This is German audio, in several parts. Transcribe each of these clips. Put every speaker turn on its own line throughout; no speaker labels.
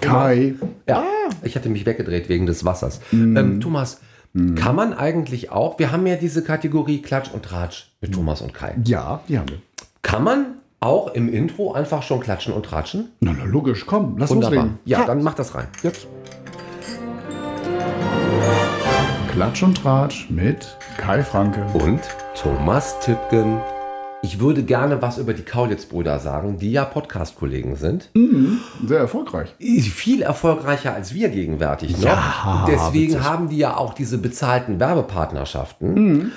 Kai.
Ja, ich hatte mich weggedreht wegen des Wassers. Ähm, Thomas, kann man eigentlich auch, wir haben ja diese Kategorie Klatsch und Tratsch mit Thomas und Kai.
Ja, die haben wir.
Kann man auch im Intro einfach schon klatschen und tratschen?
Na, na logisch, komm, lass uns
Wunderbar.
loslegen.
Ja, dann mach das rein.
Jetzt. Klatsch und Tratsch mit Kai Franke.
Und Thomas Tippgen. Ich würde gerne was über die Kaulitz-Brüder sagen, die ja Podcast-Kollegen sind.
Sehr erfolgreich.
Viel erfolgreicher als wir gegenwärtig noch.
Ja,
Deswegen haben die ja auch diese bezahlten Werbepartnerschaften.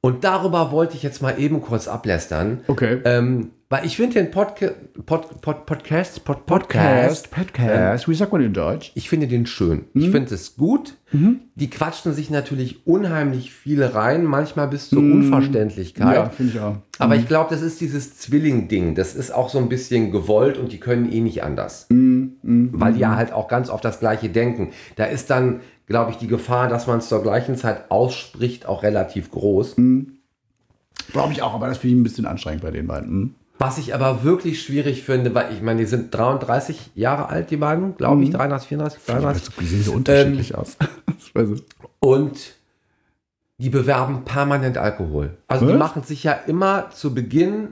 Und darüber wollte ich jetzt mal eben kurz ablästern.
Okay.
Ähm, weil ich finde den Podca Pod Pod Podcast, Pod Podcast, ähm,
Podcast. Äh, Mhm. Wie sagt man in Deutsch?
ich finde den schön. Ich finde es gut.
Mhm.
Die quatschen sich natürlich unheimlich viel rein, manchmal bis zur Unverständlichkeit.
Mhm. Ja, Mhm. finde ich auch.
Aber ich glaube, das ist dieses Zwilling-Ding. Das ist auch so ein bisschen gewollt und die können eh nicht anders.
Mhm.
Weil die ja halt auch ganz oft das Gleiche denken. Da ist dann, glaube ich, die Gefahr, dass man es zur gleichen Zeit ausspricht, auch relativ groß.
Glaube ich auch, aber das finde ich ein bisschen anstrengend bei den beiden. Hm?
Was ich aber wirklich schwierig finde, weil ich meine, die sind 33 Jahre alt, die beiden, glaube
Mhm.
ich, 33, 34, 33.
Die sehen so unterschiedlich aus. Ich weiß es.
Und die bewerben permanent Alkohol. Also die
Was?
machen sich ja immer zu Beginn,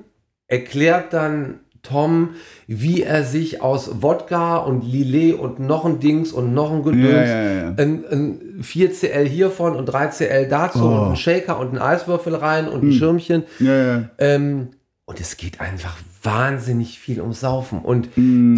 erklärt dann Tom, wie er sich aus Wodka und Lillet und noch ein Dings und noch ein Gedöns,
Ja, ja, ja.
Ein, ein 4CL hiervon und 3CL dazu
Oh. Hm.
und einen Shaker und einen Eiswürfel rein und ein Schirmchen.
Ja, ja.
Ähm, und es geht einfach wahnsinnig viel ums Saufen. Und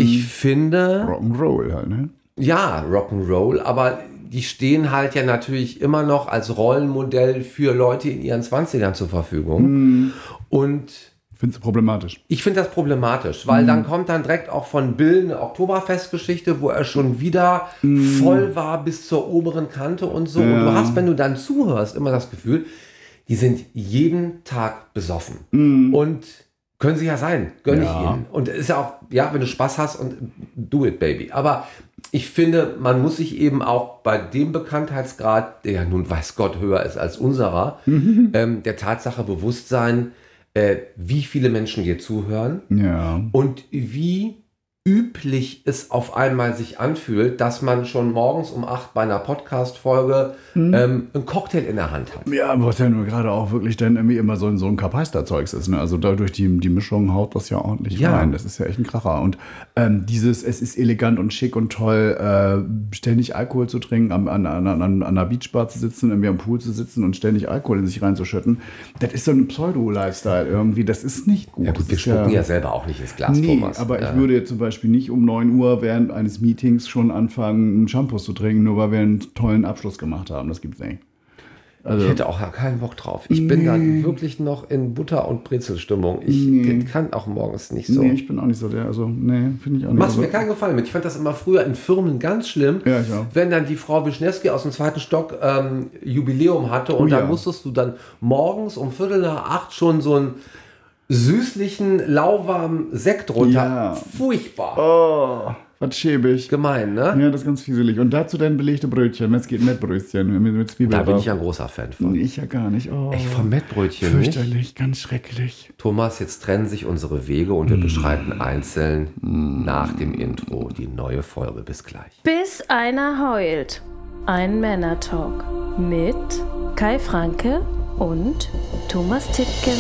ich finde...
Rock'n'Roll halt, ne?
Ja, Rock'n'Roll, aber die stehen halt ja natürlich immer noch als Rollenmodell für Leute in ihren 20ern zur
Mhm.
Verfügung.
Hm.
Und
Findest du problematisch.
ich finde das problematisch, weil dann kommt dann direkt auch von Bill eine Oktoberfestgeschichte, wo er schon wieder voll war bis zur oberen Kante und so. Und du hast, wenn du dann zuhörst, immer das Gefühl, die sind jeden Tag besoffen. Und können sie ja sein, gönn ich
Ja.
ihnen. Und ist ja auch, ja, wenn du Spaß hast und do it, baby. Aber ich finde, man muss sich eben auch bei dem Bekanntheitsgrad, der ja nun weiß Gott höher ist als unserer,
Mhm.
ähm, der Tatsache bewusst sein, äh, wie viele Menschen dir zuhören
Ja.
und wie üblich es auf einmal sich anfühlt, dass man schon morgens um 8 bei einer Podcast-Folge
Mhm.
ähm, einen Cocktail in der Hand hat.
Ja, aber was ja nur gerade auch wirklich dann irgendwie immer so, ein- so ein Kapeister-Zeugs ist. Ne? Also dadurch die, die Mischung haut das ja ordentlich
Ja.
rein. Das ist ja echt ein Kracher. Und ähm, dieses, es ist elegant und schick und toll, äh, ständig Alkohol zu trinken, am- an, an, an, an einer Beachbar zu sitzen, irgendwie am Pool zu sitzen und ständig Alkohol in sich reinzuschütten, das ist so ein Pseudo-Lifestyle irgendwie. Das ist nicht gut.
Ja gut,
Das
wir
ist
spucken ja selber auch nicht ins Glas,
Nee,
Thomas.
aber
Äh,
ich würde jetzt zum Beispiel nicht um 9 Uhr während eines Meetings schon anfangen, einen Shampoo zu trinken, nur weil wir einen tollen Abschluss gemacht haben. Das gibt's nicht. Also
ich hätte auch keinen Bock drauf. Ich bin da wirklich noch in Butter- und Brezelstimmung. Ich kann auch morgens nicht so.
Nee, ich bin auch nicht so der. Also, nee, finde ich auch nicht.
Machst
also,
du mir keinen Gefallen mit. Ich fand das immer früher in Firmen ganz schlimm,
Ja, ich auch.
wenn dann die Frau Wischnewski aus dem zweiten Stock ähm, Jubiläum hatte und dann
Oh ja.
musstest du dann morgens um Viertel nach acht schon so einen süßlichen, lauwarmen Sekt runter.
Ja.
Furchtbar.
was schäbig.
Gemein, ne?
Ja, das ist ganz fieselig. Und dazu dann belegte Brötchen. Es geht mit Brötchen, mit, mit Zwiebeln.
Da bin
drauf.
ich ja ein großer Fan von.
ich ja gar nicht. Oh,
Ich vom Mettbrötchen nicht.
fürchterlich, ganz schrecklich.
Thomas, jetzt trennen sich unsere Wege und
Hm.
wir beschreiten einzeln nach dem Intro die neue Folge. Bis gleich.
Bis einer heult. Ein Männer-Talk mit Kai Franke und Thomas Tippken.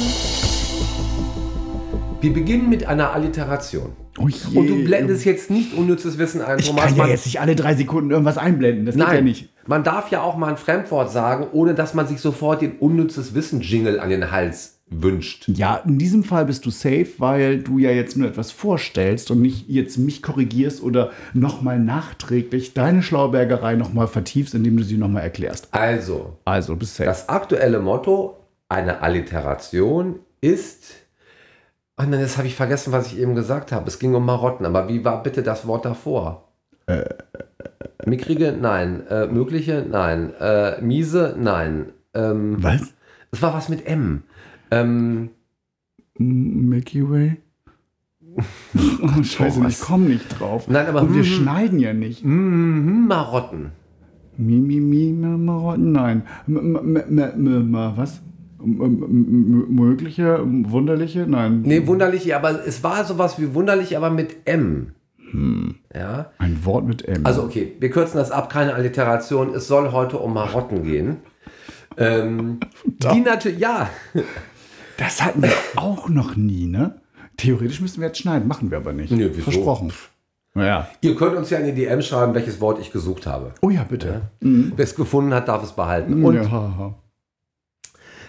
Wir beginnen mit einer Alliteration.
Oh je.
Und du blendest jetzt nicht unnützes Wissen ein,
Ich kann ja
Man,
jetzt nicht alle drei Sekunden irgendwas einblenden. Das geht ja
nein,
nicht.
man darf ja auch mal ein Fremdwort sagen, ohne dass man sich sofort den unnützes Wissen-Jingle an den Hals wünscht.
Ja, in diesem Fall bist du safe, weil du ja jetzt nur etwas vorstellst und nicht jetzt mich korrigierst oder nochmal nachträglich deine Schlaubergerei nochmal vertiefst, indem du sie nochmal erklärst.
Also,
Also, du bist safe.
das aktuelle Motto einer Alliteration ist. Ach nein, das habe ich vergessen, was ich eben gesagt habe. Es ging um Marotten, aber wie war bitte das Wort davor? Mickrige? Nein. Äh, mögliche? Nein. Äh, miese? Nein. Ähm,
was?
es war was mit M. Ähm,
M- Milky Way? Oh, Scheiße,
Thomas.
ich komme nicht drauf.
Nein, aber-
Und wir
Mhm.
schneiden ja nicht.
mhm, Marotten.
Mi, mi, mi, ma, ma, nein. M, m, m, m, m, was? M, m, m, mögliche, m, wunderliche? Nein.
Nee, wunderlich, aber es war sowas wie wunderlich, aber mit M. Ja.
Ein Wort mit M.
Also okay, wir kürzen das ab, keine Alliteration. Es soll heute um Marotten gehen. Ähm, die natürlich, ja,
das hatten wir auch noch nie, ne? Theoretisch müssen wir jetzt schneiden, machen wir aber nicht.
Nö, wieso?
Versprochen. Naja.
ihr könnt uns ja in die DM schreiben, welches Wort ich gesucht habe.
Oh ja, bitte.
Wer es gefunden hat, darf es behalten. Und
ja, ha, ha.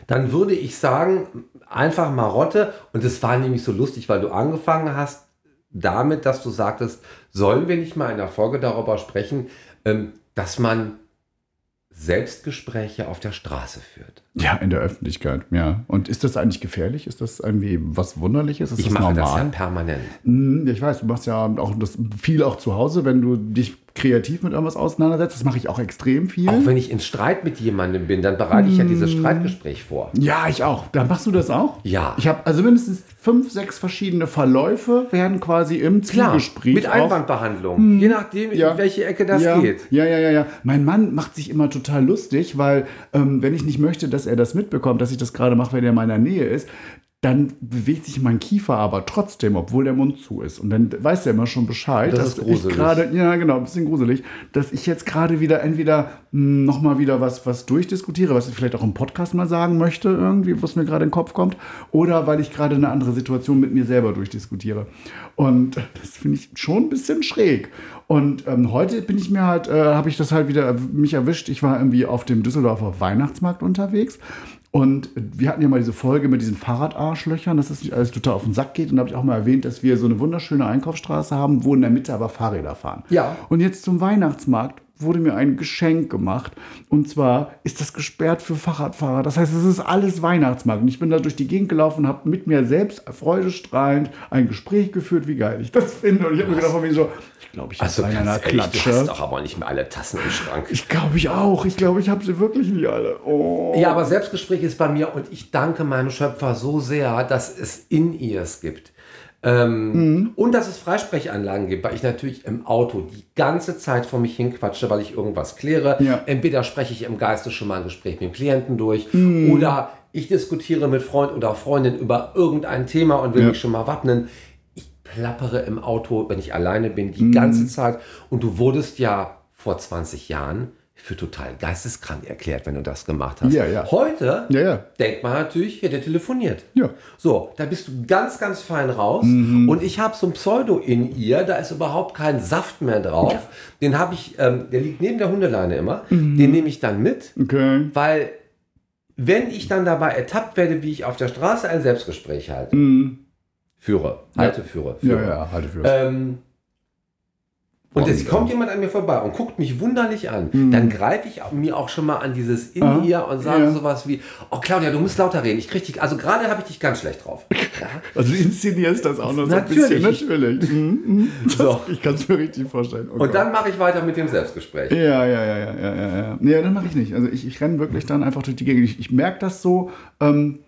dann würde ich sagen, einfach Marotte. Und es war nämlich so lustig, weil du angefangen hast damit, dass du sagtest, sollen wir nicht mal in der Folge darüber sprechen, ähm, dass man Selbstgespräche auf der Straße führt.
ja, in der Öffentlichkeit, ja. Und ist das eigentlich gefährlich? Ist das irgendwie was Wunderliches? Ist
Ich
das
mache das ja
normal?
permanent.
Hm, Ich weiß, du machst ja auch das viel auch zu Hause, wenn du dich kreativ mit irgendwas auseinandersetzt. Das mache ich auch extrem viel.
Auch wenn ich in Streit mit jemandem bin, dann bereite ich ja dieses
Hm.
Streitgespräch vor.
Ja, ich auch. Da machst du das auch?
Ja.
Ich habe also mindestens fünf, sechs verschiedene Verläufe werden quasi im
Klar,
Zielgespräch
mit
auch- Hm.
Einwandbehandlung. Je nachdem, in welche Ecke das
ja.
geht.
Ja, ja, ja, ja. Mein Mann macht sich immer total lustig, weil ähm, wenn ich nicht möchte, dass er das mitbekommt, dass ich das gerade mache, wenn er in meiner Nähe ist, dann bewegt sich mein Kiefer aber trotzdem, obwohl der Mund zu ist. Und dann weiß er immer schon Bescheid,
Das ist
ich
gruselig.
gerade, ja genau, ein bisschen gruselig, dass ich jetzt gerade wieder entweder nochmal wieder was, was durchdiskutiere, was ich vielleicht auch im Podcast mal sagen möchte, irgendwie, was mir gerade in den Kopf kommt, oder weil ich gerade eine andere Situation mit mir selber durchdiskutiere. Und das finde ich schon ein bisschen schräg. Und ähm, heute bin ich mir halt, äh, habe ich das halt wieder mich erwischt. Ich war irgendwie auf dem Düsseldorfer Weihnachtsmarkt unterwegs und wir hatten ja mal diese Folge mit diesen Fahrradarschlöchern, dass das nicht alles total auf den Sack geht. Und da habe ich auch mal erwähnt, dass wir so eine wunderschöne Einkaufsstraße haben, wo in der Mitte aber Fahrräder fahren.
Ja.
Und jetzt zum Weihnachtsmarkt wurde mir ein Geschenk gemacht. Und zwar ist das gesperrt für Fahrradfahrer. Das heißt, es ist alles Weihnachtsmarkt. Und ich bin da durch die Gegend gelaufen und habe mit mir selbst freudestrahlend ein Gespräch geführt, wie geil ich das finde. Und ich habe mir gedacht, von mir so, ich glaube, ich habe
Also
also
ganz
einer
ehrlich,
Klatsche.
du hast doch aber nicht mehr alle Tassen im Schrank.
ich glaube, ich auch. Ich glaube, ich habe sie wirklich nicht alle. Oh.
Ja, aber Selbstgespräch ist bei mir und ich danke meinem Schöpfer so sehr, dass es In-Ears gibt. Ähm,
Mhm.
Und dass es Freisprechanlagen gibt, weil ich natürlich im Auto die ganze Zeit vor mich hinquatsche, weil ich irgendwas kläre.
Ja.
Entweder spreche ich im Geiste schon mal ein Gespräch mit dem Klienten durch
Mhm.
oder ich diskutiere mit Freund oder Freundin über irgendein Thema und will
Ja.
mich schon mal wappnen. Ich plappere im Auto, wenn ich alleine bin,
Mhm.
die ganze Zeit. Und du wurdest ja vor 20 Jahren für total geisteskrank erklärt, wenn du das gemacht hast.
Ja, ja.
Heute
Ja, ja.
denkt man natürlich, ja, der telefoniert.
Ja. Mhm.
So, da bist du ganz, ganz fein raus. Und ich habe so ein Pseudo in ihr, da ist überhaupt kein Saft mehr drauf. Den habe ich, ähm, der liegt neben der Hundeleine immer.
Mhm.
Den nehme ich dann mit,
Okay.
weil wenn ich dann dabei ertappt werde, wie ich auf der Straße ein Selbstgespräch halte,
Hm.
führe, halte, führe,
Mhm. Ja, Äh,
führe.
ja, halte für.
Ähm, und jetzt
Und,
kommt jemand an mir vorbei und guckt mich wunderlich an. Dann greife ich mir auch schon mal an dieses in ihr und sage
Hm. Ja.
sowas wie, oh Claudia, du musst lauter reden. Ich krieg dich, also gerade habe ich dich ganz schlecht drauf. Ja,
Also du inszenierst das auch noch so ein
Natürlich.
bisschen. Natürlich. Mhm, mhm. Das,
So.
Ich kann es mir richtig vorstellen. Oh
und
Gott.
dann mache ich weiter mit dem Selbstgespräch.
Ja, ja, ja, ja, ja, ja, ja. Nee, dann mache ich nicht. Also ich, ich renne wirklich dann einfach durch die Gegend. Ich, ich merke das so, ähm,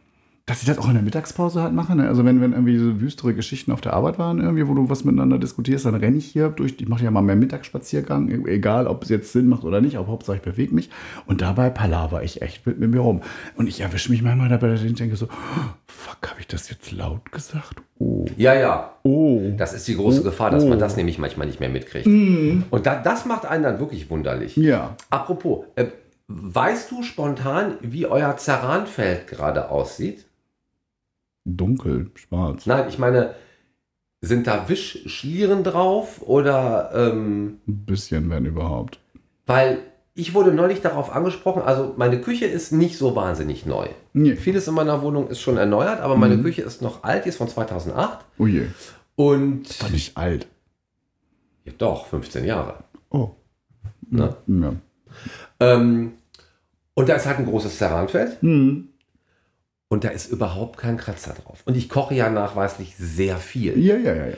dass ich das auch in der Mittagspause halt mache. Ne? Also wenn, wenn irgendwie so düstere Geschichten auf der Arbeit waren, irgendwie, wo du was miteinander diskutierst, dann renne ich hier durch. Ich mache ja mal mehr Mittagsspaziergang, e- egal ob es jetzt Sinn macht oder nicht, aber Hauptsache ich bewege mich. Und dabei palaver ich echt mit, mit mir rum. Und ich erwische mich manchmal dabei, dass ich denke so, fuck, habe ich das jetzt laut gesagt? Oh.
Ja, ja.
Oh.
Das ist die große Gefahr, dass man das nämlich manchmal nicht mehr mitkriegt. Und da, das macht einen dann wirklich wunderlich.
Hm, Ja.
Apropos, äh, weißt du spontan, wie euer Zeranfeld gerade aussieht?
Dunkel, schwarz.
Nein, ich meine, sind da Wischschlieren drauf oder ähm,
Ein bisschen, wenn überhaupt.
Weil ich wurde neulich darauf angesprochen, also meine Küche ist nicht so wahnsinnig neu.
Nee.
Vieles in meiner Wohnung ist schon erneuert, aber meine Küche ist noch alt, die ist von 2008.
Oh je.
Und
Doch nicht alt.
ja, doch, 15 Jahre.
Oh.
Ne?
Ja.
Ähm, und da ist halt ein großes Terranfeld
Hm.
und da ist überhaupt kein Kratzer drauf. Und ich koche ja nachweislich sehr viel.
Ja, ja, ja, ja.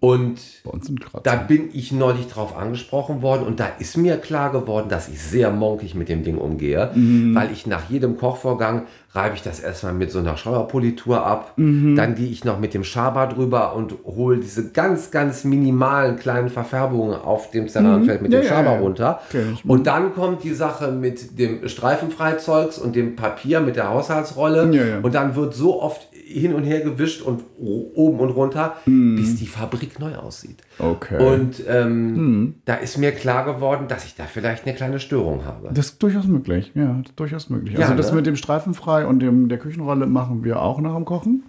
Und
Bei uns sind Kratzer.
Da bin ich neulich drauf angesprochen worden und da ist mir klar geworden, dass ich sehr monkig mit dem Ding umgehe,
Mhm.
weil ich nach jedem Kochvorgang reibe ich das erstmal mit so einer Schauerpolitur ab,
Mhm.
dann gehe ich noch mit dem Schaber drüber und hole diese ganz, ganz minimalen kleinen Verfärbungen auf dem Zerranfeld mit
Mhm. Ja,
dem
ja,
Schaber
ja.
runter.
Kenn ich.
Und dann kommt die Sache mit dem Streifenfreizeugs und dem Papier, mit der Haushaltsrolle
Ja, ja.
und dann wird so oft hin und her gewischt und o- oben und runter,
Mhm.
bis die Fabrik neu aussieht.
Okay. Hm.
Und ähm, da ist mir klar geworden, dass ich da vielleicht eine kleine Störung habe.
Das ist durchaus möglich, ja, das ist durchaus möglich.
Ja,
also das
ne?
mit dem Streifenfrei und dem, der Küchenrolle machen wir auch nach dem Kochen.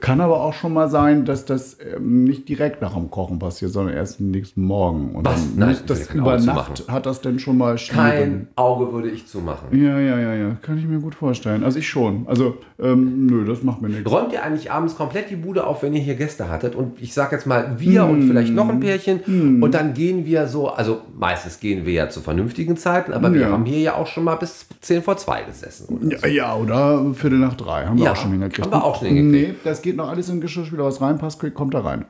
Kann aber auch schon mal sein, dass das ähm, nicht direkt nach dem Kochen passiert, sondern erst am nächsten Morgen. Und
Was?
dann
Nein,
muss
das
das
kann auch
über
zu
Nacht hat das denn schon mal Schäden.
Kein Auge würde ich zumachen.
Ja, ja, ja, ja, kann ich mir gut vorstellen. Also ich schon. Also ähm, nö, das macht mir nichts.
Räumt ihr eigentlich abends komplett die Bude auf, wenn ihr hier Gäste hattet? Und ich sag jetzt mal, wir und
Hm.
vielleicht noch ein Pärchen. Und dann gehen wir so, also meistens gehen wir ja zu vernünftigen Zeiten, aber wir
Ja.
haben hier ja auch schon mal bis 10 vor 2 gesessen.
Ja,
Oder
ja, oder Viertel nach drei haben wir
Ja,
auch schon hingekriegt.
haben wir auch schon hingekriegt.
Nee, das geht noch alles in den Geschirrspüler, was reinpasst, kommt da rein.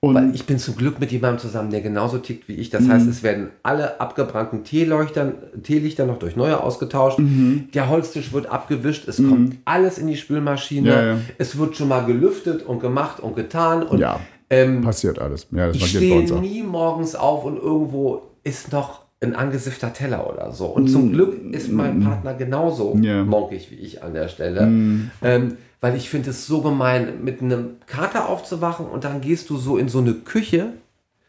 Und
Weil ich bin zum Glück mit jemandem zusammen, der genauso tickt wie ich. Das heißt,
Mhm.
es werden alle abgebrannten Teeleuchtern, Teelichter noch durch neue ausgetauscht.
Mhm.
Der Holztisch wird abgewischt. Es kommt alles in die Spülmaschine.
Ja, ja.
Es wird schon mal gelüftet und gemacht und getan. Und
Ja.
ähm,
passiert alles. Ja, das
ich
passiert bei
stehe
uns auch.
nie morgens auf und irgendwo ist noch ein angesiffter Teller oder so. Und zum Glück ist mein Partner genauso
Mm. Ja. Mm.
monkig wie ich an der Stelle. Ähm, weil ich finde es so gemein, mit einem Kater aufzuwachen und dann gehst du so in so eine Küche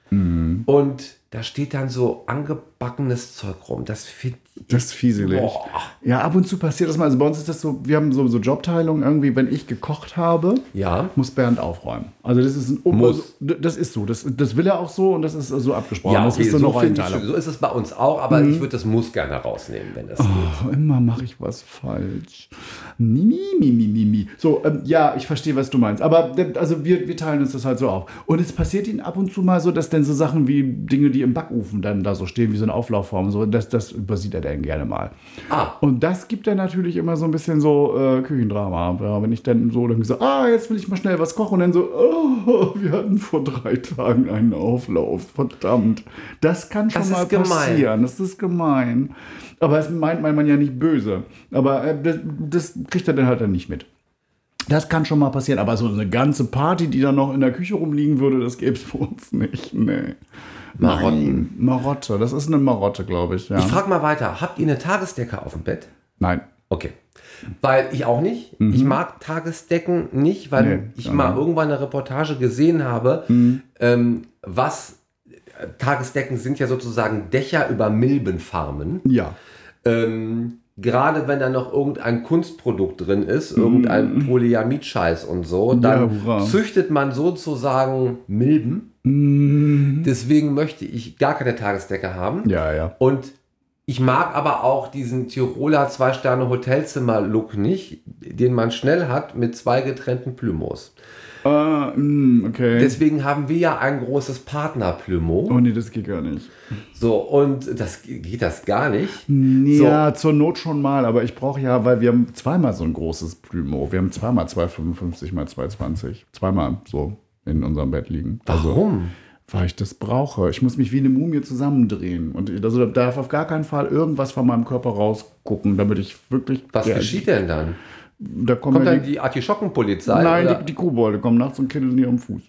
Mm.
und da steht dann so angebackenes Zeug rum. Das finde ich.
Das ist fieselig.
Boah.
Ja, ab und zu passiert das mal. Also bei uns ist das so, wir haben so, so Jobteilung irgendwie, wenn ich gekocht habe,
Ja.
muss Bernd aufräumen. Also das ist ein um
Muss.
Also, das ist so. Das, das will er auch so und das ist so abgesprochen. das
okay,
ist so eine
find ich,
Rollenteilung. Mm.
so ist es bei uns auch, aber ich würde das Muss gerne rausnehmen, wenn das geht.
Oh, immer mache ich was falsch. Mimi, mimi, mimi. So, ähm, ja, ich verstehe, was du meinst. Aber äh, also wir, wir teilen uns das halt so auf. Und es passiert ihnen ab und zu mal so, dass dann so Sachen wie Dinge, die im Backofen dann da so stehen, wie so eine Auflaufform, so, das, das übersieht er dann gerne mal.
Ah,
Und das gibt dann natürlich immer so ein bisschen so äh, Küchendrama. Ja, wenn ich dann so dann so, ah, jetzt will ich mal schnell was kochen und dann so, oh, wir hatten vor drei Tagen einen Auflauf. Verdammt. Das kann schon
Das
mal
ist gemein.
passieren. Das ist gemein. Aber es meint mein Mann ja nicht böse. Aber äh, das, das kriegt er dann halt dann nicht mit. Das kann schon mal passieren, aber so eine ganze Party, die dann noch in der Küche rumliegen würde, das gäbe es für uns nicht. Nee.
Marotten.
Nein. Marotte, das ist eine Marotte, glaube ich. Ja.
Ich frage mal weiter. Habt ihr eine Tagesdecke auf dem Bett?
Nein.
Okay. Weil ich auch nicht. Ich mag Tagesdecken nicht, weil
Mhm. Nee, Mhm.
ich
ja,
mal
ne?
irgendwann eine Reportage gesehen habe, ähm, was äh, Tagesdecken sind ja sozusagen Dächer über Milbenfarmen.
Ja.
Ähm, Gerade wenn da noch irgendein Kunstprodukt drin ist, irgendein Polyamid-Scheiß und so, dann
Mhm. hurra.
züchtet man sozusagen Milben.
Mhm.
Deswegen möchte ich gar keine Tagesdecke haben.
Ja, ja.
Und ich mag aber auch diesen Tiroler Zwei-Sterne-Hotelzimmer-Look nicht, den man schnell hat mit zwei getrennten Plümos.
Ah, mm, okay.
Deswegen haben wir ja ein großes Partner-Plümo.
oh nee, das geht gar nicht.
So, und das geht das gar nicht. So.
Ja, zur Not schon mal, aber ich brauche ja, weil wir haben zweimal so ein großes Plümo. Wir haben zweimal 255 mal 220. Zweimal so in unserem Bett liegen. Also,
Warum?
weil ich das brauche. Ich muss mich wie eine Mumie zusammendrehen. Und also da darf auf gar keinen Fall irgendwas von meinem Körper rausgucken, damit ich wirklich.
Was
ja,
geschieht denn dann?
Da kommen
Kommt
ja
dann
die,
die Artischockenpolizei?
Nein,
oder?
die, die Kobolde kommen nachts und kitteln ihren Fuß.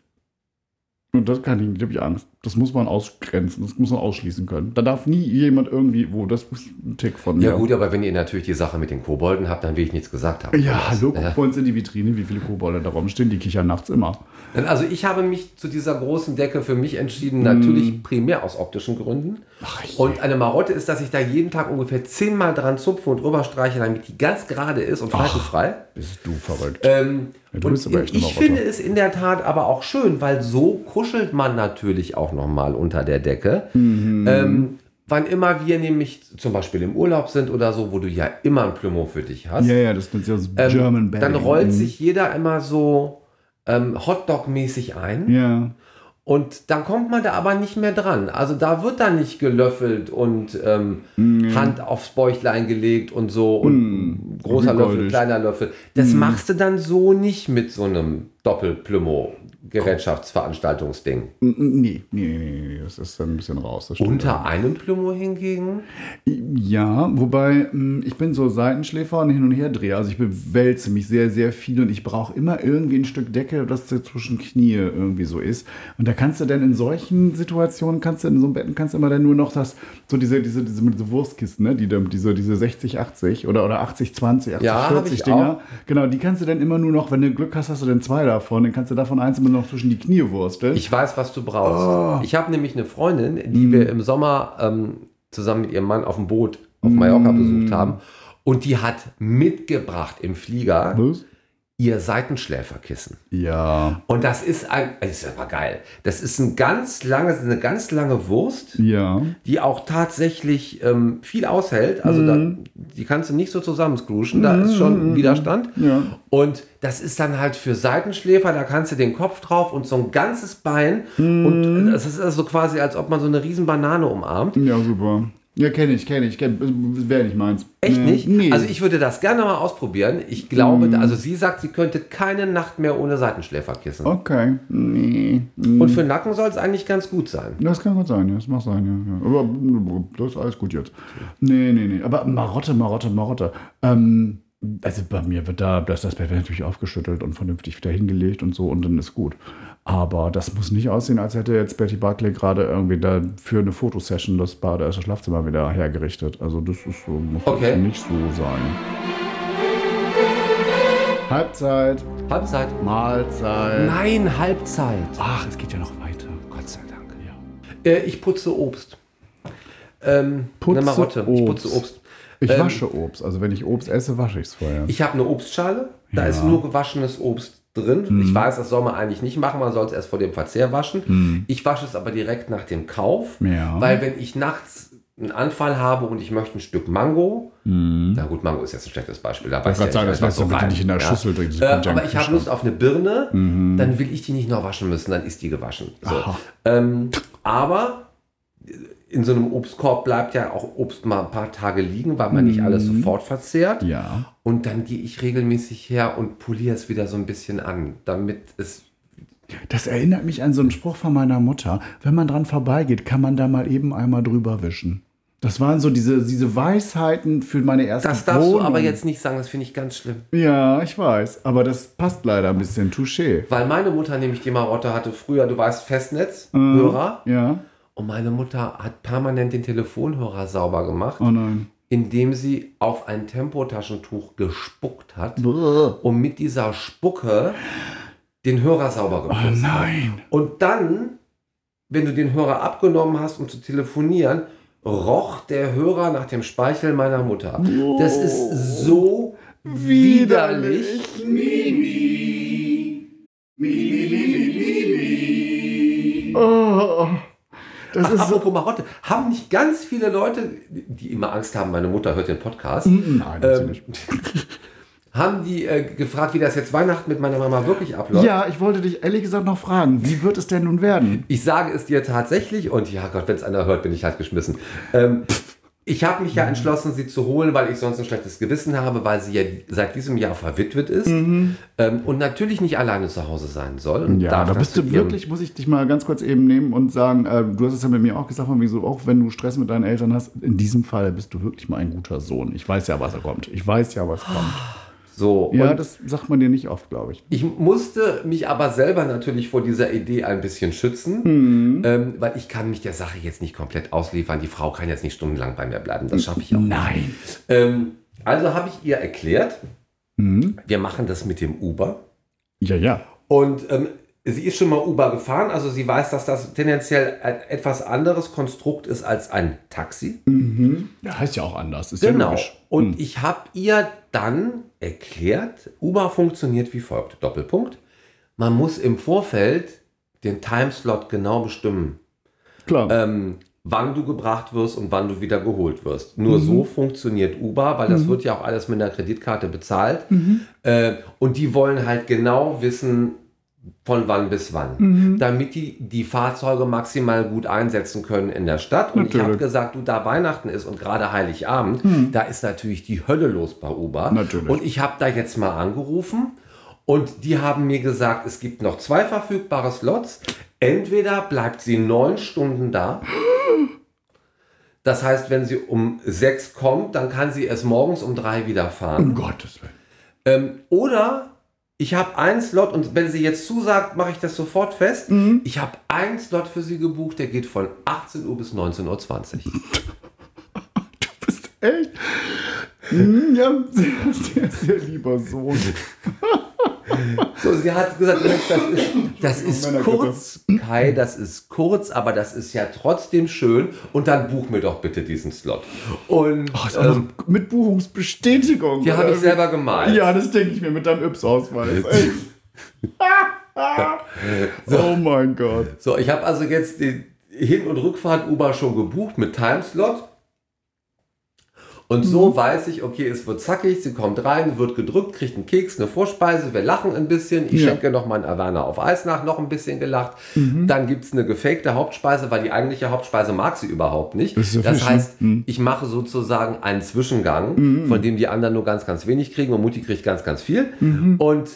Und das kann ich nicht, da habe ich Angst. Das muss man ausgrenzen, das muss man ausschließen können. Da darf nie jemand irgendwie, wo, das ist ein Tick von mir.
ja, gut, aber wenn ihr natürlich die Sache mit den Kobolden habt, dann will ich nichts gesagt haben.
Ja, hallo, guck bei uns in die Vitrine, wie viele Kobolde da rumstehen, die kichern nachts immer.
Denn Also ich habe mich zu dieser großen Decke für mich entschieden,
Hm.
natürlich primär aus optischen Gründen. und eine Marotte ist, dass ich da jeden Tag ungefähr zehnmal dran zupfe und rüberstreiche, damit die ganz gerade ist und faltenfrei.
Bist du verrückt.
Ähm,
Ja, du
und
bist aber
in-
echt eine
ich
Marotte.
finde es in der Tat aber auch schön, weil so kuschelt man natürlich auch nochmal unter der Decke.
Mhm.
Ähm, wann immer wir nämlich zum Beispiel im Urlaub sind oder so, wo du ja immer ein Plümo für dich hast,
ja, ja, das nennt sich das
ähm,
German Mhm.
dann
Bedding.
rollt sich jeder immer so ähm, Hotdog-mäßig ein.
Ja,
Und dann kommt man da aber nicht mehr dran. Also da wird dann nicht gelöffelt und ähm, Hand aufs Bäuchlein gelegt und so und großer
wie
Löffel,
goldig.
kleiner Löffel. Das machst du dann so nicht mit so einem Doppel-Plümo-Gerätschaftsveranstaltungsding.
N- n- Nee, nee, nee, nee, nee, das ist dann ein bisschen raus. Das stimmt.
Unter einem Plümo hingegen?
Ja, wobei mh, ich bin so Seitenschläfer und hin und her drehe. Also ich bewälze mich sehr, sehr viel und ich brauche immer irgendwie ein Stück Decke, das so zwischen Knie irgendwie so ist. Und da kannst du dann in solchen Situationen, kannst du in so einem Betten, kannst du immer dann nur noch das, so diese, diese, diese, diese Wurstkisten, ne? die, dann- diese, diese 60, 80 oder, oder 80, 20, 80,
Ja, hab
40
ich
Dinger. Genau, die kannst du dann immer nur noch, wenn du Glück hast, hast du dann zwei davon, dann kannst du davon eins immer noch zwischen die Knie wursteln.
Ich weiß, was du brauchst. Ich habe nämlich eine Freundin, die wir im Sommer ähm, zusammen mit ihrem Mann auf dem Boot auf Mallorca besucht haben. Und die hat mitgebracht im Flieger
Was?
ihr Seitenschläferkissen.
Ja,
Und das ist ein, also das ist aber geil. Das ist ein ganz langes, eine ganz lange Wurst,
ja.
die auch tatsächlich ähm, viel aushält. Also da, die kannst du nicht so zusammenscrooschen, da ist schon Widerstand.
Ja.
Und das ist dann halt für Seitenschläfer, da kannst du den Kopf drauf und so ein ganzes Bein. Und das ist also quasi, als ob man so eine riesen Banane umarmt.
Ja, super. Ja, kenne ich, kenne ich. Kenn, Wäre nicht meins.
Echt
Nee.
nicht?
Mhm. Nee.
Also ich würde das gerne mal ausprobieren. Ich glaube, da- also sie sagt, sie könnte keine Nacht mehr ohne Seitenschläferkissen.
okay. Nee.
Und für den Nacken soll es eigentlich ganz gut sein.
Das kann gut sein, ja. Das mag sein, ja. ja. Aber das ist alles gut jetzt. Nee, nee, nee. Aber Marotte, Marotte, Marotte. Ähm, also bei mir wird da das, das Bett wird natürlich aufgeschüttelt und vernünftig wieder hingelegt und so und dann ist gut. Aber das muss nicht aussehen, als hätte jetzt Betty Barclay gerade irgendwie da für eine Fotosession das Bade, das Schlafzimmer wieder hergerichtet. Also das ist so, muss
Okay.
okay. nicht so sein. Halbzeit.
Halbzeit.
Mahlzeit.
Nein, Halbzeit.
Ach, es geht ja noch weiter.
Gott sei Dank.
Ja.
Äh, ich putze Obst. Ähm,
Putze
eine Marotte. Ich
Obst.
putze Obst.
Ich
Ähm,
wasche Obst. Also wenn ich Obst esse, wasche ich es vorher.
Ich habe eine Obstschale.
Ja.
Da
Mhm.
ist nur gewaschenes Obst drin. Ich weiß, das soll man eigentlich nicht machen. Man soll es erst vor dem Verzehr waschen. Ich wasche es aber direkt nach dem Kauf.
Hm. Ja.
Weil wenn ich nachts einen Anfall habe und ich möchte ein Stück Mango, na gut, Mango ist jetzt ein schlechtes Beispiel. Da
Hm. wollte
beißt Hm. ja
gerade sagen,
nicht
das lässt
einfach
du bitte
rein.
nicht in der Schüssel drin, sie
Äh,
kommt ja
aber
im
ich habe
Kühlschrank. Mhm.
Lust auf eine Birne, dann will ich die nicht noch waschen müssen, dann ist die gewaschen. So.
Aha.
Ähm, aber in so einem Obstkorb bleibt ja auch Obst mal ein paar Tage liegen, weil man nicht alles sofort verzehrt.
Mhm. Ja.
Und dann gehe ich regelmäßig her und poliere es wieder so ein bisschen an, damit es.
Das erinnert mich an so einen Spruch von meiner Mutter. Wenn man dran vorbeigeht, kann man da mal eben einmal drüber wischen. Das waren so diese, diese Weisheiten für meine erste
Das darfst
Wohnung.
du aber jetzt nicht sagen, das finde ich ganz schlimm.
Ja, ich weiß. Aber das passt leider ein bisschen. Touché.
Weil meine Mutter nämlich die Marotte hatte früher, du weißt, Festnetz, Hörer.
Mhm. Ja.
Und meine Mutter hat permanent den Telefonhörer sauber gemacht,
Oh nein.
indem sie auf ein Tempotaschentuch gespuckt hat
Brrr.
und mit dieser Spucke den Hörer sauber
Oh
geputzt hat.
nein.
Und dann, wenn du den Hörer abgenommen hast, um zu telefonieren, roch der Hörer nach dem Speichel meiner Mutter. Das ist so widerlich.
Oh. Das
Ach,
ist so.
apropos Marotte, haben nicht ganz viele Leute, die immer Angst haben, meine Mutter hört den Podcast,
Nein, das ist
ähm,
nicht.
haben die äh, gefragt, wie das jetzt Weihnachten mit meiner Mama wirklich abläuft.
Ja, ich wollte dich ehrlich gesagt noch fragen, wie wird es denn nun werden?
Ich sage es dir tatsächlich und ja Gott, wenn es einer hört, bin ich halt geschmissen. Ähm, ich habe
Mhm.
mich ja entschlossen, sie zu holen, weil ich sonst ein schlechtes Gewissen habe, weil sie ja seit diesem Jahr verwitwet ist ähm, und natürlich nicht alleine zu Hause sein soll. Und
Mhm. Ja,
darf
da
das
bist
zu
du
ihrem-
wirklich, muss ich dich mal ganz kurz eben nehmen und sagen, äh, du hast es ja mit mir auch gesagt, von wegen so, auch wenn du Stress mit deinen Eltern hast, in diesem Fall bist du wirklich mal ein guter Sohn. Ich weiß ja, was da kommt. Ich weiß ja, was kommt.
So,
Ja,
und
das sagt man dir nicht oft, glaube ich.
ich musste mich aber selber natürlich vor dieser Idee ein bisschen schützen,
Mhm.
ähm, weil ich kann mich der Sache jetzt nicht komplett ausliefern. Die Frau kann jetzt nicht stundenlang bei mir bleiben, das schaffe ich auch nicht.
Nein.
Ähm, also habe ich ihr erklärt,
Mhm.
wir machen das mit dem Uber.
Ja, ja.
Und ähm, sie ist schon mal Uber gefahren, also sie weiß, dass das tendenziell ein etwas anderes Konstrukt ist als ein Taxi.
Ja, heißt ja auch anders. Ist ja
Genau.
logisch. Hm.
Und ich habe ihr dann erklärt, Uber funktioniert wie folgt. Doppelpunkt. Man muss im Vorfeld den Timeslot genau bestimmen,
Klar.
ähm, wann du gebracht wirst und wann du wieder geholt wirst. Nur so funktioniert Uber, weil das wird ja auch alles mit einer Kreditkarte bezahlt. Äh, und die wollen halt genau wissen, von wann bis wann, damit die die Fahrzeuge maximal gut einsetzen können in der Stadt. Und ich
Natürlich.
habe gesagt, du, da Weihnachten ist und gerade Heiligabend, da ist natürlich die Hölle los bei Uber.
Natürlich.
Und ich habe da jetzt mal angerufen Und die haben mir gesagt, es gibt noch zwei verfügbare Slots. Entweder bleibt sie neun Stunden da. Das heißt, wenn sie um sechs kommt, dann kann sie erst morgens um drei wieder fahren.
Um Gottes Willen.
Ähm, oder ich habe einen Slot und wenn sie jetzt zusagt, mache ich das sofort fest. Ich habe einen Slot für sie gebucht, der geht von 18 Uhr bis 19.20 Uhr.
Du bist echt. Hm, Ja, sehr, sehr, sehr lieber Sohn.
So, sie hat gesagt, Mensch, das ist, das ist
Männergrippe.
kurz, Kai, das ist kurz, aber das ist ja trotzdem schön. Und dann buch mir doch bitte diesen Slot. Und
Ach, Oh, ist auch noch
ähm,
mit Buchungsbestätigung.
die habe ich
oder?
selber gemalt.
äh, Ja, das denke ich mir mit deinem Yps-Ausweis. Ey. Oh mein Gott.
So, ich habe also jetzt die Hin- und Rückfahrt Uber schon gebucht mit Timeslot. Und so
Mhm.
weiß ich, okay, es wird zackig, sie kommt rein, wird gedrückt, kriegt einen Keks, eine Vorspeise, wir lachen ein bisschen, ich
Ja. Mhm.
schenke noch mal einen Averna auf Eis nach, noch ein bisschen gelacht. Dann gibt es eine gefakte Hauptspeise, weil die eigentliche Hauptspeise mag sie überhaupt nicht.
Das ist ja
Das
Fisch, ne?
heißt,
Mhm.
ich mache sozusagen einen Zwischengang, von dem die anderen nur ganz, ganz wenig kriegen und Mutti kriegt ganz, ganz viel.
Mhm.
Und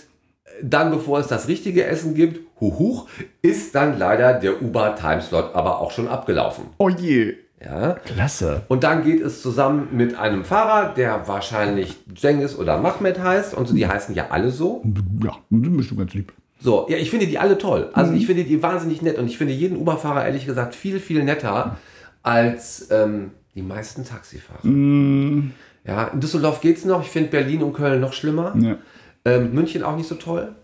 dann, bevor es das richtige Essen gibt, huhuch, ist dann leider der Uber-Timeslot aber auch schon abgelaufen.
Oh je.
Ja?
Klasse.
Und dann geht es zusammen mit einem Fahrer, der wahrscheinlich Cengiz oder Mahmed heißt. Und so, die heißen ja alle so.
Ja, du bist du ganz lieb.
So, ja, ich finde die alle toll. Also
Mhm.
ich finde die wahnsinnig nett und ich finde jeden Uber-Fahrer ehrlich gesagt viel, viel netter als ähm, die meisten Taxifahrer.
Mm,
Ja, in Düsseldorf geht's noch. Ich finde Berlin und Köln noch schlimmer.
Ja.
Ähm, München auch nicht so toll.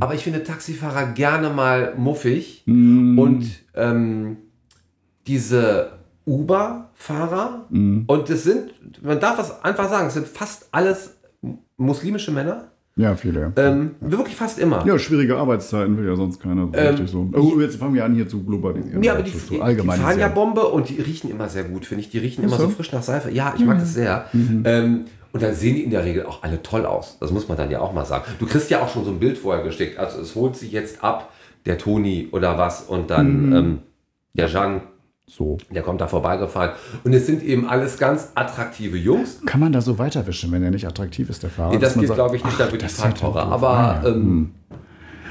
Aber ich finde Taxifahrer gerne mal muffig. Und ähm, diese Uber-Fahrer, und das sind, man darf es einfach sagen, es sind fast alles muslimische Männer.
Ja, viele.
Ähm, Wirklich fast immer.
ja, schwierige Arbeitszeiten will ja sonst keiner so
Ähm,
richtig so. Oh, jetzt fangen wir an hier zu globalisieren.
Ja, aber die,
zu,
die
zu allgemein.
fahren ja Bombe und die riechen immer sehr gut, finde ich. Die riechen immer
so?
so frisch nach Seife. Ja, ich mag das sehr. Ähm, und dann sehen die in der Regel auch alle toll aus. Das muss man dann ja auch mal sagen. Du kriegst ja auch schon so ein Bild vorher geschickt. Also es holt sich jetzt ab, der Toni oder was und dann ähm, der Jean,
so.
der kommt da vorbeigefahren. Und es sind eben alles ganz attraktive Jungs.
Kann man da so weiterwischen, wenn er nicht attraktiv ist, der Fahrer?
Nee, das
Dass Ah, man
geht,
sagt,
glaube ich, nicht, da
ach,
wird die
das ist ja
Fahrtore.
doof.
Aber
Ah, ja.
ähm,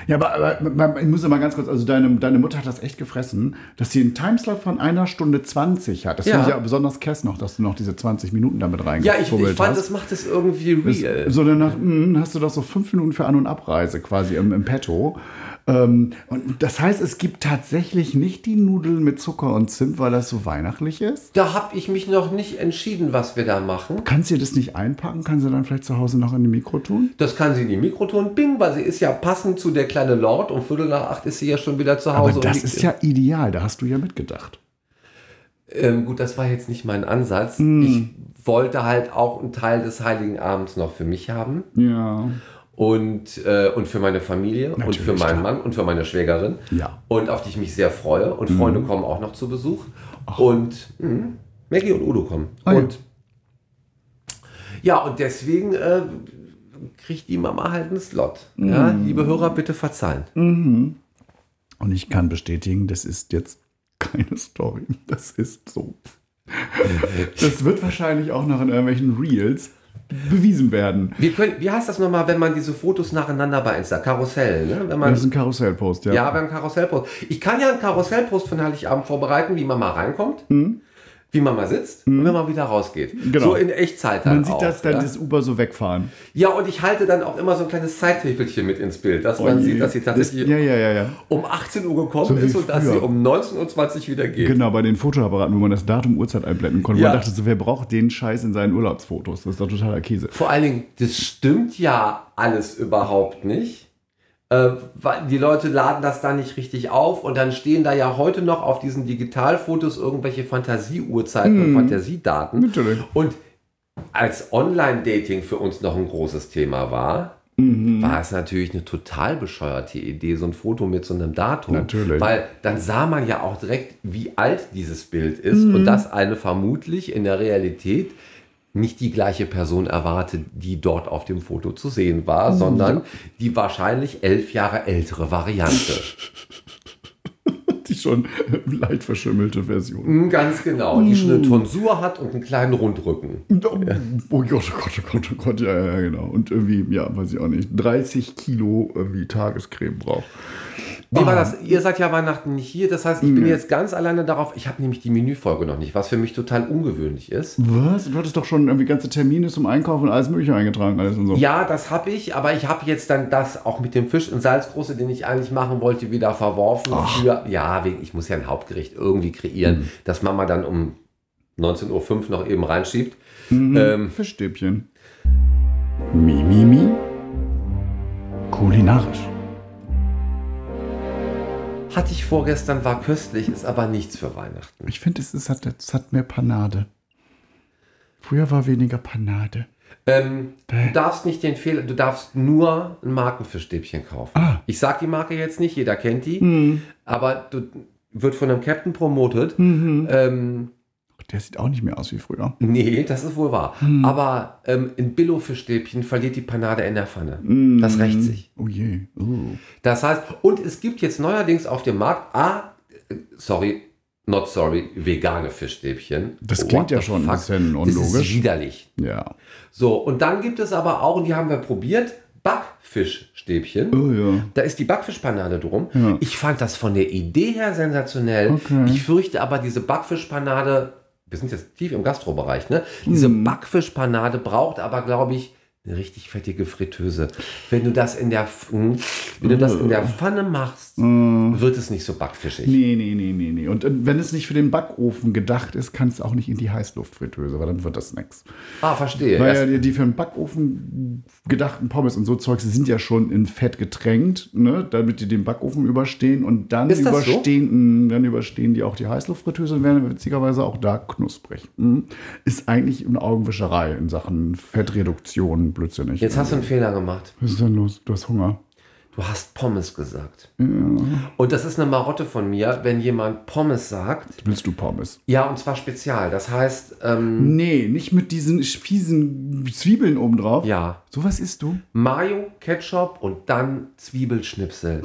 Ja, aber, aber man- ich muss ja mal ganz kurz, also deine, deine Mutter hat das echt gefressen, dass sie einen Timeslot von einer Stunde 20 hat. Das
Ja.
finde ich ja besonders krass noch, dass du noch diese 20 Minuten damit
ja, ich, ich
reingefummelt
fand,
hast.
das macht es irgendwie real.
so, dann nach, mh, hast du doch so fünf Minuten für An- und Abreise quasi im, im Petto. Ähm, und das heißt, es gibt tatsächlich nicht die Nudeln mit Zucker und Zimt, weil das so weihnachtlich ist.
Da habe ich mich noch nicht entschieden, was wir da machen.
Kannst du dir das nicht einpacken? Kannst du dann vielleicht zu Hause noch in die Mikro tun?
Das kann sie in die Mikroton bing, weil sie ist ja passend zu der kleine Lord. Um Viertel nach acht ist sie ja schon wieder zu
Aber
Hause. und
das
liegt
ist
im-
ja ideal, da hast du ja mitgedacht.
Ähm, gut, das war jetzt nicht mein Ansatz.
Hm.
Ich wollte halt auch einen Teil des Heiligen Abends noch für mich haben
Ja.
und, äh, und für meine Familie und
Natürlich,
für meinen
klar.
Mann und für meine Schwägerin.
Ja.
Und auf die ich mich sehr freue.
Mhm.
Und Freunde kommen auch noch zu Besuch. Und mh, Maggie und Udo kommen.
Ah ja.
und ja, und deswegen äh, kriegt die Mama halt einen Slot. Ja,
Mhm.
liebe Hörer, bitte verzeihen.
Und ich kann bestätigen, das ist jetzt keine Story. Das ist so. Das wird wahrscheinlich auch noch in irgendwelchen Reels bewiesen werden.
Wir können, wie heißt das nochmal, wenn man diese Fotos nacheinander bei Insta? Karussell, ne? Wenn man,
Das ist ein Karussellpost, ja.
ja, beim Karussellpost. Ich kann ja einen Karussellpost von Heiligabend vorbereiten, wie Mama reinkommt, wie Mama sitzt und wenn man wieder rausgeht.
Mhm. Genau.
So in Echtzeit dann
Man sieht
auch,
das dann,
ja?
das Uber so wegfahren.
ja, und ich halte dann auch immer so ein kleines Zeittäfelchen mit ins Bild, dass man
Oh je.
sieht, dass sie tatsächlich
Ja, ja, ja, ja.
um 18 Uhr gekommen
So wie
ist und dass sie
früher.
um 19.20 Uhr wieder geht.
Genau, bei den Fotoapparaten, wo man das Datum, Uhrzeit einblenden konnte. wo
Ja.
Man dachte so, wer braucht den Scheiß in seinen Urlaubsfotos? Das ist doch totaler Käse.
Vor allen Dingen, das stimmt ja alles überhaupt nicht. Äh, weil die Leute laden das da nicht richtig auf und dann stehen da ja heute noch auf diesen Digitalfotos irgendwelche Fantasieuhrzeiten und Fantasiedaten.
Natürlich.
Und als Online-Dating für uns noch ein großes Thema war, war es natürlich eine total bescheuerte Idee, so ein Foto mit so einem Datum.
Natürlich.
Weil dann sah man ja auch direkt, wie alt dieses Bild ist und dass eine vermutlich in der Realität nicht die gleiche Person erwartet, die dort auf dem Foto zu sehen war, sondern die wahrscheinlich elf Jahre ältere Variante.
Die schon leicht verschimmelte Version.
Mm, Ganz genau, die schon eine Tonsur hat und einen kleinen Rundrücken.
Oh, oh Gott, oh Gott, oh Gott, oh Gott, ja, ja, ja, genau. Und irgendwie, ja, weiß ich auch nicht, 30 Kilo irgendwie Tagescreme braucht.
Wie war das? Ihr seid ja Weihnachten nicht hier, das heißt, ich bin jetzt ganz alleine darauf. Ich habe nämlich die Menüfolge noch nicht, was für mich total ungewöhnlich ist.
Was? Du hattest doch schon irgendwie ganze Termine zum Einkaufen und alles Mögliche eingetragen, alles und so.
Ja, das habe ich, aber ich habe jetzt dann das auch mit dem Fisch und Salzgroße, den ich eigentlich machen wollte, wieder verworfen. Für, ja, wegen, ich muss ja ein Hauptgericht irgendwie kreieren, dass Mama dann um 19.05 Uhr noch eben reinschiebt. Ähm,
Fischstäbchen. Mi, mi, mi. Kulinarisch.
hatte ich vorgestern, war köstlich, ist aber nichts für Weihnachten.
Ich finde, es, ist- hat, es hat mehr Panade. Früher war weniger Panade.
Ähm, du darfst nicht den Fehler, du darfst nur ein Markenfischstäbchen kaufen.
Ah. Hm.
Ich sag die Marke jetzt nicht, jeder kennt die, aber du wird von einem Captain promotet.
Mhm.
Ähm,
Der sieht auch nicht mehr aus wie früher.
nee, das ist wohl wahr.
Hm.
Aber ähm, ein Billo-Fischstäbchen verliert die Panade in der Pfanne. Das rächt sich.
Oh je. Oh.
Das heißt, und es gibt jetzt neuerdings auf dem Markt, ah, äh, sorry, not sorry, vegane Fischstäbchen.
Das klingt
What
ja
the
schon ein
fuck?
bisschen
Das ist
unlogisch.
widerlich.
Ja.
So, und dann gibt es aber auch, und die haben wir probiert, Backfischstäbchen.
Oh ja.
Da ist die Backfischpanade drum.
Ja.
Ich fand das von der Idee her sensationell.
Okay.
Ich fürchte aber, diese Backfischpanade, wir sind jetzt tief im Gastrobereich, ne? Diese
Hm.
Backfischpanade braucht aber, glaube ich, eine richtig fettige Fritteuse. Wenn du das in der, F- hm, wenn du das in der Pfanne machst, wird es nicht so backfischig.
Hm. Nee, nee, nee, nee, nee. Und äh, wenn es nicht für den Backofen gedacht ist, kann es auch nicht in die Heißluftfritteuse, weil dann wird das nix.
Ah, verstehe.
Weil ja
Erst-
die, die für den Backofen gedachten Pommes und so Zeugs sind ja schon in Fett getränkt, ne? damit die den Backofen überstehen und dann
Ist das so?
überstehen, mh, dann überstehen die auch die Heißluftfritteuse und werden witzigerweise auch da knusprig. Mhm. Ist eigentlich eine Augenwischerei in Sachen Fettreduktion blödsinnig.
Jetzt hast du einen Fehler gemacht.
Was ist denn los? Du hast Hunger.
Du hast Pommes gesagt. Und das ist eine Marotte von mir, wenn jemand Pommes sagt.
Willst du Pommes?
Ja, und zwar spezial. Das heißt, ähm,
Nee, nicht mit diesen fiesen Zwiebeln obendrauf.
ja,
Sowas isst du?
Mayo, Ketchup und dann Zwiebelschnipsel.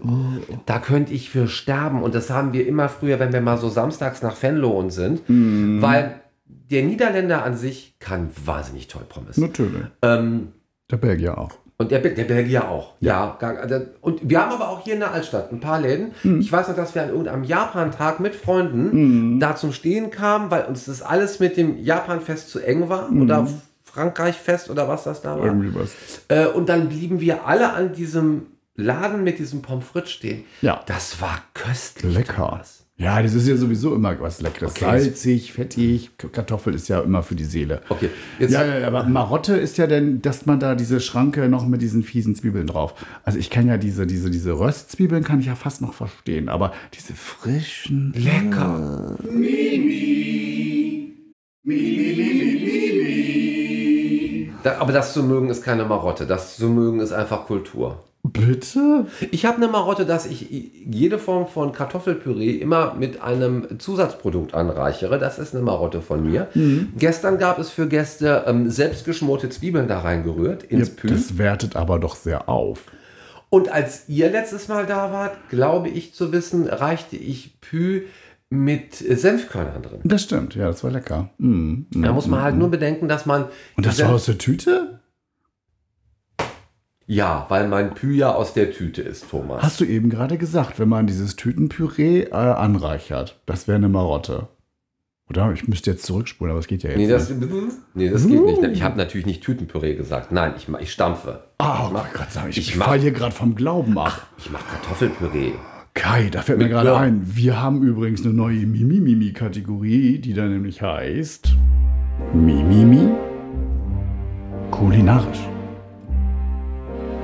Da könnte ich für sterben. Und das haben wir immer früher, wenn wir mal so samstags nach Fenlohen sind. Weil der Niederländer an sich kann wahnsinnig toll Pommes.
Natürlich.
Ähm,
Der Belgier auch.
Und der, Be- der Belgier auch. Ja. gar- der- und wir haben aber auch hier in der Altstadt ein paar Läden. Ich weiß noch, dass wir an irgendeinem Japan-Tag mit
Mhm.
Freunden Mhm. da zum Stehen kamen, weil uns das alles mit dem Japan-Fest zu eng war oder Frankreich-Fest oder was das da war.
Mhm. Irgendwie was.
Äh, und dann blieben wir alle an diesem Laden mit diesem Pommes frites stehen.
Ja.
Das war köstlich.
Lecker.
Thomas.
Ja, das ist ja sowieso immer was Leckeres.
Okay.
Salzig, fettig. K- Kartoffel ist ja immer für die Seele.
Okay,
Jetzt
jetzt-
ja, ja, ja, aber Marotte ist ja denn, dass man da diese Schranke noch mit diesen fiesen Zwiebeln drauf. Also ich kann ja diese, diese, diese Röstzwiebeln kann ich ja fast noch verstehen, aber diese frischen.
Lecker. Da, aber das zu mögen ist keine Marotte. Das zu mögen ist einfach Kultur.
Bitte?
Ich habe eine Marotte, dass ich jede Form von Kartoffelpüree immer mit einem Zusatzprodukt anreichere. Das ist eine Marotte von mir.
Mhm.
Gestern gab es für Gäste ähm, selbstgeschmorte Zwiebeln da reingerührt ins Pü.
Das wertet aber doch sehr auf.
Und als ihr letztes Mal da wart, glaube ich zu wissen, reichte ich Pü mit äh, Senfkörnern drin.
Das stimmt, ja, das war lecker. Mm, mm.
Da muss man halt nur bedenken, dass man.
Und das
Senf-
war aus der Tüte?
Ja, weil mein Pü ja aus der Tüte ist, Thomas.
Hast du eben gerade gesagt, wenn man dieses Tütenpüree äh, anreichert, das wäre eine Marotte. Oder? Ich müsste jetzt zurückspulen, aber es geht ja jetzt
Nee, das,
nicht. Uh.
nee, das geht nicht. Ich habe natürlich nicht Tütenpüree gesagt. Nein, ich, ma- ich stampfe.
Ah, oh mein Gott, sag ich,
ich
ich,
mach-
fall hier gerade vom Glauben ab.
Ich mache Kartoffelpüree.
Kai, da fällt mir
Mit
gerade
Glauben.
ein, wir haben übrigens eine neue Mimimimi-Kategorie, die da nämlich heißt Mimimi kulinarisch.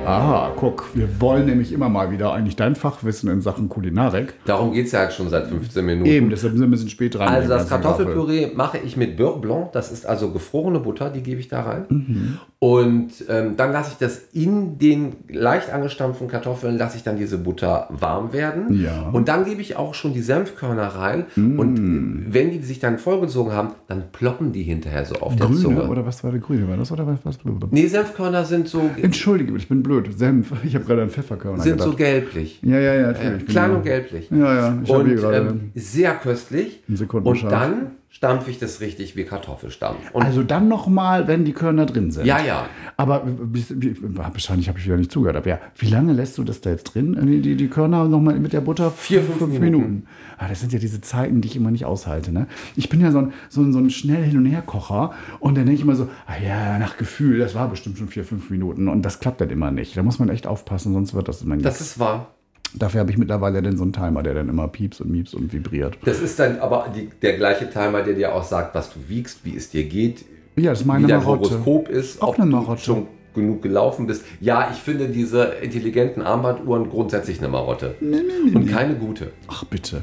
Ah, guck, wir wollen nämlich immer mal wieder eigentlich dein Fachwissen in Sachen Kulinarik.
Darum geht es ja halt schon seit 15 Minuten.
Eben, deshalb sind wir ein bisschen spät dran.
Also
der
das
ganzen Staffel. Mhm.
Kartoffelpüree mache ich mit Beurre Blanc. Das ist also gefrorene Butter, die gebe ich da rein. Und ähm, dann lasse ich das in den leicht angestampften Kartoffeln, lasse ich dann diese Butter warm werden.
Ja. Mhm.
Und dann gebe ich auch schon die Senfkörner rein. Und äh, wenn die sich dann vollgezogen haben, dann ploppen die hinterher so auf der
Grüne
Zunge.
oder was war der Grüne? War das oder was? was
nee, Senfkörner sind so,
Entschuldige, ich bin blöd. Senf. Ich habe gerade an Pfefferkörner
sind
gedacht.
so gelblich.
ja, ja, ja. natürlich,
Klein
genau.
und gelblich.
Ja, ja. Ich habe hier
Und
gerade.
ähm, sehr köstlich.
Einen
Und
Sekundenscharf.
dann stampfe ich das richtig wie Kartoffelstampf. Und
also dann nochmal, wenn die Körner drin sind.
ja, ja.
Aber wie- wie- wahrscheinlich habe ich wieder nicht zugehört. Aber ja, wie lange lässt du das da jetzt drin? Die, die, die Körner nochmal mit der Butter?
Vier, fünf Minuten.
Ah, das sind ja diese Zeiten, die ich immer nicht aushalte. Ne? Ich bin ja so ein, so ein, so ein schnell Hin- und Her-Kocher. Und dann denke ich immer so, ah ja, nach Gefühl, das war bestimmt schon vier, fünf Minuten. Und das klappt dann immer nicht. Da muss man echt aufpassen, sonst wird das immer nicht.
Das ist wahr.
Dafür habe ich mittlerweile dann so einen Timer, der dann immer piepst und miepst und vibriert.
Das ist dann aber die, der gleiche Timer, der dir auch sagt, was du wiegst, wie es dir geht,
Ja, das ist meine
wie dein
Marotte.
Horoskop ist,
Auch
ob
eine
du
Marotte.
schon genug gelaufen bist. Ja, ich finde diese intelligenten Armbanduhren grundsätzlich eine Marotte. Und keine gute.
Ach bitte,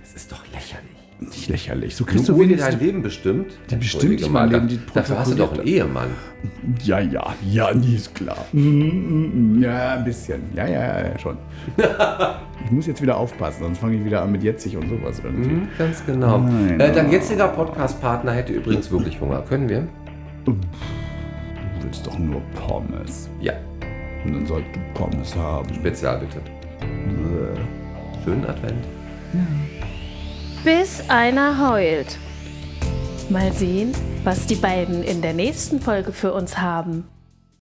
Das ist doch lächerlich.
nicht lächerlich. So
Eine
kriegst du
Uhr, die dein
wenigstens...
Leben bestimmt.
Die bestimmt
Entschuldige
nicht
mal,
mein Leben,
da-
die
Dafür hast du doch einen
protokolliert.
Ehemann.
Ja, ja, ja, nie ist klar. Mm, mm, mm, Ja, ein bisschen. Ja, ja, ja, ja, schon. ich muss jetzt wieder aufpassen, sonst fange ich wieder an mit jetzig und sowas irgendwie.
Hm, ganz genau.
Nein.
Äh, dein jetziger Podcast-Partner hätte übrigens wirklich Hunger. Können wir?
Du willst doch nur Pommes.
Ja,
Und dann sollst du Pommes haben.
spezial bitte. Schönen Advent.
Bis einer heult. Mal sehen, was die beiden in der nächsten Folge für uns haben.